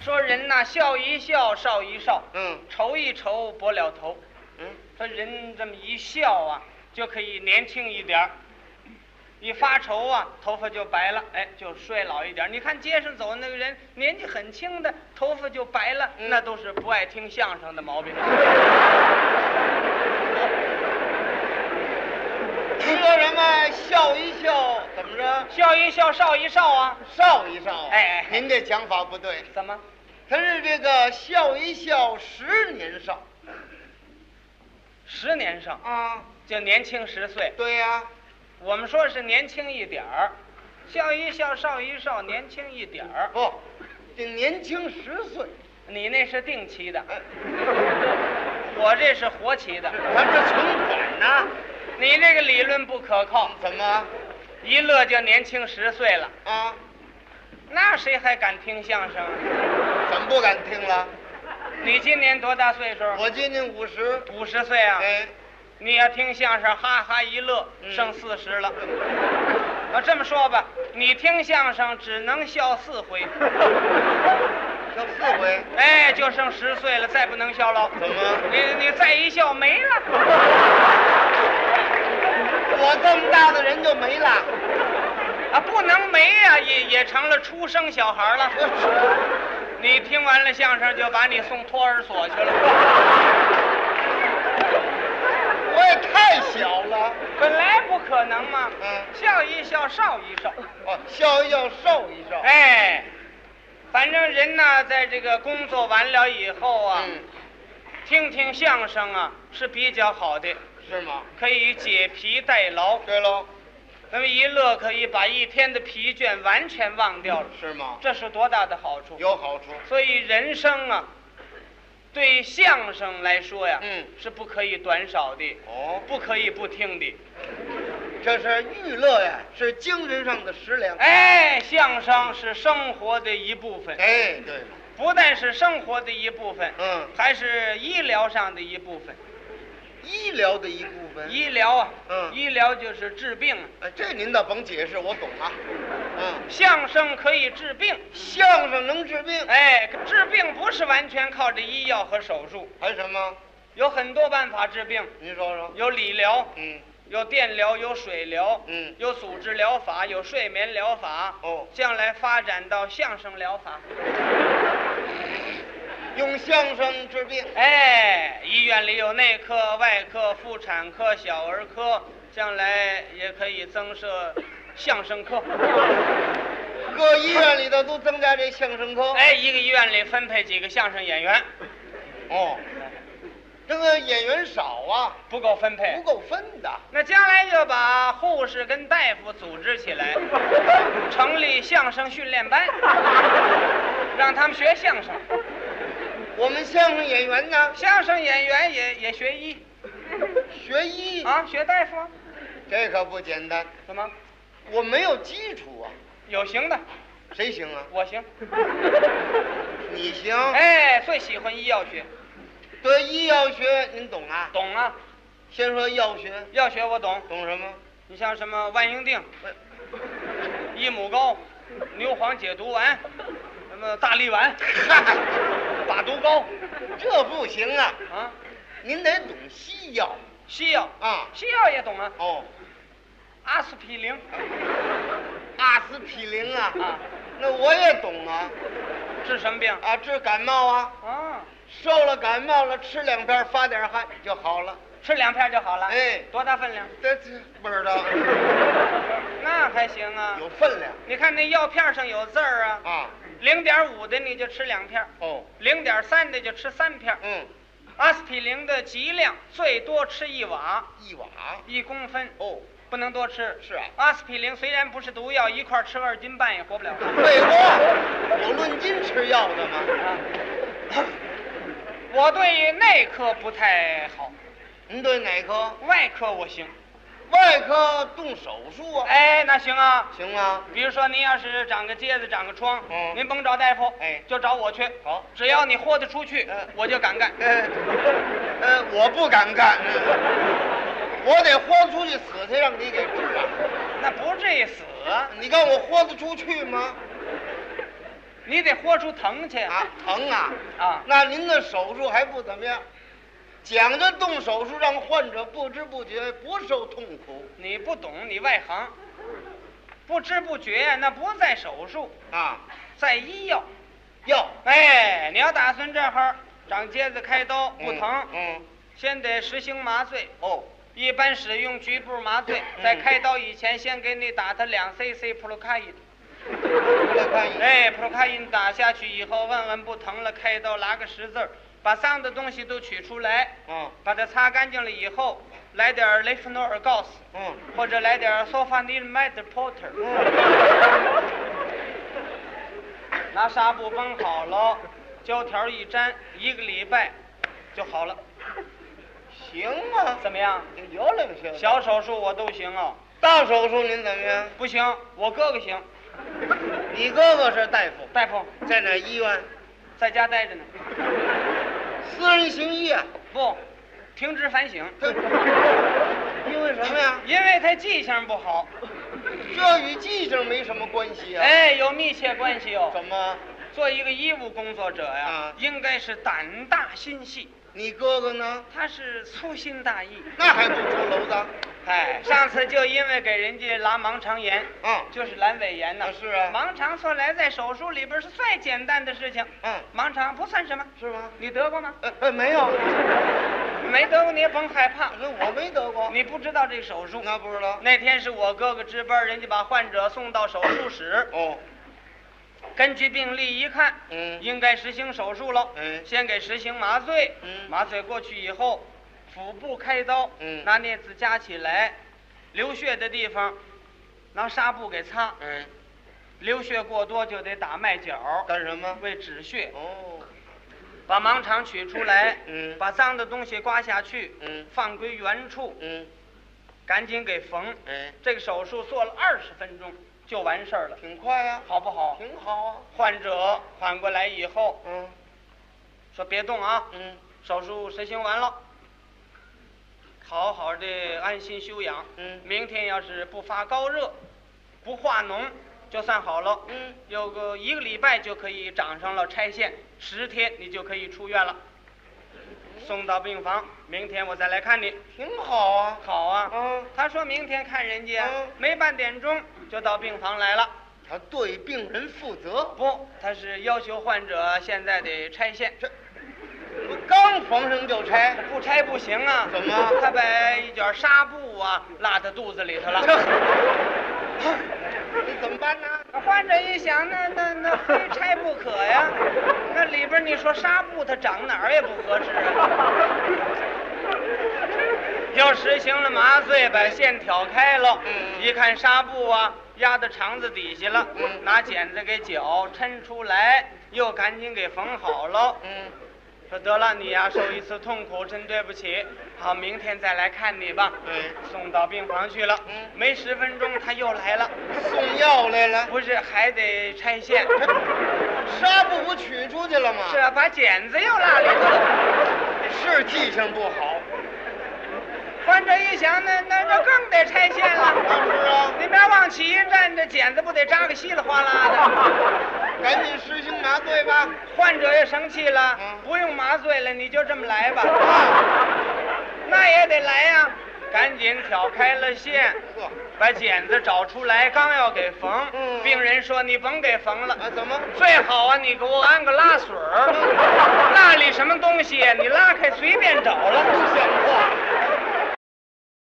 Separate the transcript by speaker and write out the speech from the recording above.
Speaker 1: 说人呐，笑一笑，少一少，
Speaker 2: 嗯
Speaker 1: 愁一愁，薄了头。
Speaker 2: 嗯，
Speaker 1: 说人这么一笑啊，就可以年轻一点儿。一发愁啊，头发就白了，哎，就衰老一点儿。你看街上走那个人，年纪很轻的，头发就白了，
Speaker 2: 嗯
Speaker 1: 那都是不爱听相声的毛病。
Speaker 2: 说什么啊笑一笑，怎么着？
Speaker 1: 笑一笑，少一少啊。
Speaker 2: 少一少。
Speaker 1: 哎哎哎
Speaker 2: 您这讲法不对，
Speaker 1: 怎么？
Speaker 2: 他是这个笑一笑，十年少
Speaker 1: 十年上
Speaker 2: 啊。
Speaker 1: 就年轻十岁。
Speaker 2: 对呀、
Speaker 1: 我们说是年轻一点儿，笑一笑，少一少，年轻一点儿。
Speaker 2: 不，这哦年轻十岁，
Speaker 1: 你那是定期的，
Speaker 2: 哎
Speaker 1: 我这是活期的。
Speaker 2: 咱这存款呢？
Speaker 1: 你那个理论不可靠，
Speaker 2: 怎么
Speaker 1: 一乐就年轻十岁了，
Speaker 2: 啊？
Speaker 1: 那谁还敢听相声啊？
Speaker 2: 怎么不敢听了？
Speaker 1: 你今年多大岁数？
Speaker 2: 我今年五十，
Speaker 1: 五十岁啊。
Speaker 2: 哎，
Speaker 1: 你要听相声，哈哈一乐，
Speaker 2: 嗯
Speaker 1: 剩四十了。那这么说吧，你听相声只能笑四回，
Speaker 2: 笑四回，
Speaker 1: 哎，就剩十岁了，再不能笑了。
Speaker 2: 怎么？
Speaker 1: 你你再一笑没了，
Speaker 2: 我这么大的人就没了？
Speaker 1: 啊，不能没呀、也也成了出生小孩了。你听完了相声，就把你送托儿所去了。
Speaker 2: 我也太小了。
Speaker 1: 本来不可能嘛，
Speaker 2: 嗯
Speaker 1: 笑一笑，少一少。
Speaker 2: 哦，笑一笑，瘦一瘦。
Speaker 1: 哎，反正人呢，在这个工作完了以后啊，
Speaker 2: 嗯，
Speaker 1: 听听相声啊是比较好的，
Speaker 2: 是吗？
Speaker 1: 可以解疲代劳。
Speaker 2: 对喽，
Speaker 1: 那么一乐，可以把一天的疲倦完全忘掉了，
Speaker 2: 哦是吗？
Speaker 1: 这是多大的好处！
Speaker 2: 有好处。
Speaker 1: 所以人生啊，对相声来说呀，
Speaker 2: 嗯
Speaker 1: 是不可以短少的，
Speaker 2: 哦，
Speaker 1: 不可以不听的。
Speaker 2: 这是娱乐呀，是精神上的食粮。
Speaker 1: 哎，相声是生活的一部分，
Speaker 2: 哎，对了，
Speaker 1: 不但是生活的一部分，
Speaker 2: 嗯，
Speaker 1: 还是医疗上的一部分。
Speaker 2: 医疗的一部分。
Speaker 1: 医疗啊，
Speaker 2: 嗯
Speaker 1: 医疗就是治病啊。
Speaker 2: 哎，这您倒甭解释，我懂啊。嗯，
Speaker 1: 相声可以治病，
Speaker 2: 相声能治病，
Speaker 1: 哎，治病不是完全靠着医药和手术，
Speaker 2: 还什么？
Speaker 1: 有很多办法治病，
Speaker 2: 您说说。
Speaker 1: 有理疗，
Speaker 2: 嗯，
Speaker 1: 有电疗，有水疗，
Speaker 2: 嗯
Speaker 1: 有组织疗法，有睡眠疗法，
Speaker 2: 哦
Speaker 1: 将来发展到相声疗法。
Speaker 2: 用相声治病。
Speaker 1: 哎，医院里有内科、外科、妇产科、小儿科，将来也可以增设相声科。
Speaker 2: 各医院里头都增加这相声科。
Speaker 1: 哎，一个医院里分配几个相声演员，
Speaker 2: 哦，这个演员少啊，
Speaker 1: 不够分配
Speaker 2: 不。够分的。
Speaker 1: 那将来就把护士跟大夫组织起来，成立相声训练班，让他们学相声。
Speaker 2: 我们相声演员呢，
Speaker 1: 相声演员也也学医
Speaker 2: 学医，
Speaker 1: 啊，学大夫啊，
Speaker 2: 这可不简单。
Speaker 1: 怎么
Speaker 2: 我没有基础啊，
Speaker 1: 有行的，
Speaker 2: 谁行啊？
Speaker 1: 我行。
Speaker 2: 你行？，
Speaker 1: 哎，最喜欢医药学，
Speaker 2: 对医药学您懂啊？
Speaker 1: 懂啊，
Speaker 2: 先说药学，
Speaker 1: 药学我懂。
Speaker 2: 懂什么？
Speaker 1: 你像什么万应定、
Speaker 2: 哎
Speaker 1: 益母膏、牛黄解毒丸，什么大力丸、 把毒膏哦
Speaker 2: 这不行啊，
Speaker 1: 啊，
Speaker 2: 您得懂西药
Speaker 1: 西药，
Speaker 2: 啊。
Speaker 1: 西药也懂啊，
Speaker 2: 哦，
Speaker 1: 阿司匹林
Speaker 2: 阿司匹林啊，
Speaker 1: 啊，
Speaker 2: 那我也懂啊，
Speaker 1: 治什么病？
Speaker 2: 啊，治感冒啊，
Speaker 1: 啊，
Speaker 2: 受了感冒了，吃两片发点汗就好了。
Speaker 1: 吃两片就好了。
Speaker 2: 哎
Speaker 1: 多大分量？
Speaker 2: 这这不知道，
Speaker 1: 那还行啊。
Speaker 2: 有分量
Speaker 1: 你看那药片上有字儿啊，
Speaker 2: 啊。
Speaker 1: 零点五的你就吃两片，
Speaker 2: 哦，
Speaker 1: 零点三的就吃三片。
Speaker 2: 嗯，
Speaker 1: 阿司匹林的剂量最多吃一瓦，
Speaker 2: 一瓦。
Speaker 1: 一公分，
Speaker 2: 哦，
Speaker 1: 不能多吃。
Speaker 2: 是啊
Speaker 1: 阿司匹林虽然不是毒药，一块吃二斤半也活不了。
Speaker 2: 废话，有论斤吃药的吗？
Speaker 1: 啊我对内科不太好，
Speaker 2: 您对哪科？
Speaker 1: 外科我行。
Speaker 2: 外科动手术啊？
Speaker 1: 哎，那行啊。
Speaker 2: 行吗？
Speaker 1: 比如说，您要是长个疖子、长个疮，
Speaker 2: 嗯
Speaker 1: 您甭找大夫，
Speaker 2: 哎
Speaker 1: 就找我去。
Speaker 2: 好
Speaker 1: 只要你豁得出去，
Speaker 2: 嗯
Speaker 1: 我就敢干。
Speaker 2: 呃，呃，我不敢干，我得豁出去死去，让你给治啊！
Speaker 1: 那不至于死啊，
Speaker 2: 你看我豁得出去吗？
Speaker 1: 你得豁出疼去
Speaker 2: 啊
Speaker 1: 啊！，
Speaker 2: 疼啊！
Speaker 1: 啊
Speaker 2: 那您的手术还不怎么样，讲究动手术，让患者不知不觉不受痛苦
Speaker 1: 你不懂，你外行，不知不觉呀，那不在手术，
Speaker 2: 啊。
Speaker 1: 在医药。
Speaker 2: 药
Speaker 1: 哎，你要打算这会儿长疖子开刀不疼，
Speaker 2: 嗯，嗯
Speaker 1: 先得实行麻醉，
Speaker 2: 哦，
Speaker 1: 一般使用局部麻醉，
Speaker 2: 嗯
Speaker 1: 在开刀以前先给你打他两 cc 普鲁卡因。
Speaker 2: 我来看一眼。
Speaker 1: 哎，普鲁卡因打下去以后，万万不疼了，开刀拉个十字儿，把脏的东西都取出来，
Speaker 2: 嗯
Speaker 1: 把它擦干净了以后，来点儿雷夫诺尔 gauss，
Speaker 2: 嗯，
Speaker 1: 或者来点 s o f a n i l m e d porter，、拿纱布绷好了，胶条一粘，一个礼拜就好了，
Speaker 2: 行啊，
Speaker 1: 怎么样？
Speaker 2: 有两行。
Speaker 1: 小手术我都行啊，
Speaker 2: 大手术您怎么样？
Speaker 1: 不行，我哥哥行，
Speaker 2: 你哥哥是大夫，
Speaker 1: 大夫
Speaker 2: 在哪医院？
Speaker 1: 在家待着呢，
Speaker 2: 私人行医啊。
Speaker 1: 不，停职反省，
Speaker 2: 他因为什么呀？
Speaker 1: 因为他记性不好，
Speaker 2: 这与记性没什么关系啊。
Speaker 1: 哎，有密切关系哦。
Speaker 2: 怎么？
Speaker 1: 做一个医务工作者呀、
Speaker 2: 啊
Speaker 1: 应该是胆大心细，
Speaker 2: 你哥哥呢？
Speaker 1: 他是粗心大意。
Speaker 2: 那还不出娄子？
Speaker 1: 哎，上次就因为给人家拉盲肠炎，
Speaker 2: 嗯
Speaker 1: 就是阑尾炎呢。
Speaker 2: 啊是啊
Speaker 1: 盲肠说来在手术里边是再简单的事情，
Speaker 2: 嗯
Speaker 1: 盲肠不算什么。
Speaker 2: 是吗？
Speaker 1: 你得过吗？
Speaker 2: 呃呃，没有，
Speaker 1: 没得过你也甭害怕，
Speaker 2: 那我没得过。
Speaker 1: 你不知道这个手术。
Speaker 2: 那不知道。
Speaker 1: 那天是我哥哥值班，人家把患者送到手术室，
Speaker 2: 哦，
Speaker 1: 根据病历一看，
Speaker 2: 嗯
Speaker 1: 应该实行手术了。
Speaker 2: 嗯
Speaker 1: 先给实行麻醉，
Speaker 2: 嗯
Speaker 1: 麻醉过去以后，腹部开刀，
Speaker 2: 嗯
Speaker 1: 拿镊子夹起来，流血的地方拿纱布给擦，
Speaker 2: 嗯，
Speaker 1: 流血过多就得打麦角，
Speaker 2: 干什么？
Speaker 1: 为止血，
Speaker 2: 哦，
Speaker 1: 把盲肠取出来，
Speaker 2: 嗯
Speaker 1: 把脏的东西刮下去，
Speaker 2: 嗯
Speaker 1: 放归原处，
Speaker 2: 嗯，
Speaker 1: 赶紧给缝。
Speaker 2: 哎，
Speaker 1: 这个手术做了二十分钟就完事儿了，
Speaker 2: 挺快呀、
Speaker 1: 好不好？
Speaker 2: 挺好啊。
Speaker 1: 患者缓过来以后
Speaker 2: 嗯
Speaker 1: 说别动啊，
Speaker 2: 嗯
Speaker 1: 手术实行完了，好好的安心休养。
Speaker 2: 嗯
Speaker 1: 明天要是不发高热，不化脓，就算好了。
Speaker 2: 嗯，
Speaker 1: 有个一个礼拜就可以长上了拆线，十天你就可以出院了，送到病房。明天我再来看你。
Speaker 2: 挺好啊。
Speaker 1: 好啊，
Speaker 2: 嗯
Speaker 1: 他说明天看人家、
Speaker 2: 嗯
Speaker 1: 没半点钟就到病房来了。
Speaker 2: 他对病人负责。
Speaker 1: 不，他是要求患者现在得拆线，
Speaker 2: 这不刚缝上就拆，
Speaker 1: 不拆不行啊！
Speaker 2: 怎么
Speaker 1: 他把一卷纱布啊落他肚子里 头
Speaker 2: 这
Speaker 1: 了。
Speaker 2: 你怎么办呢？
Speaker 1: 患者一想，那那那非拆不可呀！那里边你说纱布它长哪儿也不合适啊。又实行了麻醉，把线挑开了，
Speaker 2: 嗯
Speaker 1: 一看纱布啊压到肠子底下了，
Speaker 2: 嗯
Speaker 1: 拿剪子给绞抻出来，又赶紧给缝好了。
Speaker 2: 嗯，
Speaker 1: 说得了，你呀、啊受一次痛苦，真对不起。好，明天再来看你吧。
Speaker 2: 对，
Speaker 1: 送到病房去了。
Speaker 2: 嗯
Speaker 1: 没十分钟他又来了，
Speaker 2: 送药来了。
Speaker 1: 不是还得拆 线？
Speaker 2: 纱布不取出去了吗？
Speaker 1: 是啊，把剪子又落里头了。
Speaker 2: 是记性不好。
Speaker 1: 患者一想，那那那更得拆线了。
Speaker 2: 是啊，
Speaker 1: 你别往起一站，这剪子不得扎个稀里哗 啦的？
Speaker 2: 赶紧实行麻醉吧。
Speaker 1: 患者也生气了，
Speaker 2: 嗯
Speaker 1: 不用麻醉了，你就这么来吧。
Speaker 2: 啊，
Speaker 1: 那也得来呀、赶紧挑开了线。
Speaker 2: 呵，
Speaker 1: 把剪子找出来，刚要给缝，
Speaker 2: 嗯
Speaker 1: 病人说你甭给缝了，
Speaker 2: 啊，怎么？
Speaker 1: 最好啊，你给我安个拉锁儿，那里什么东西呀、你拉开随便找了。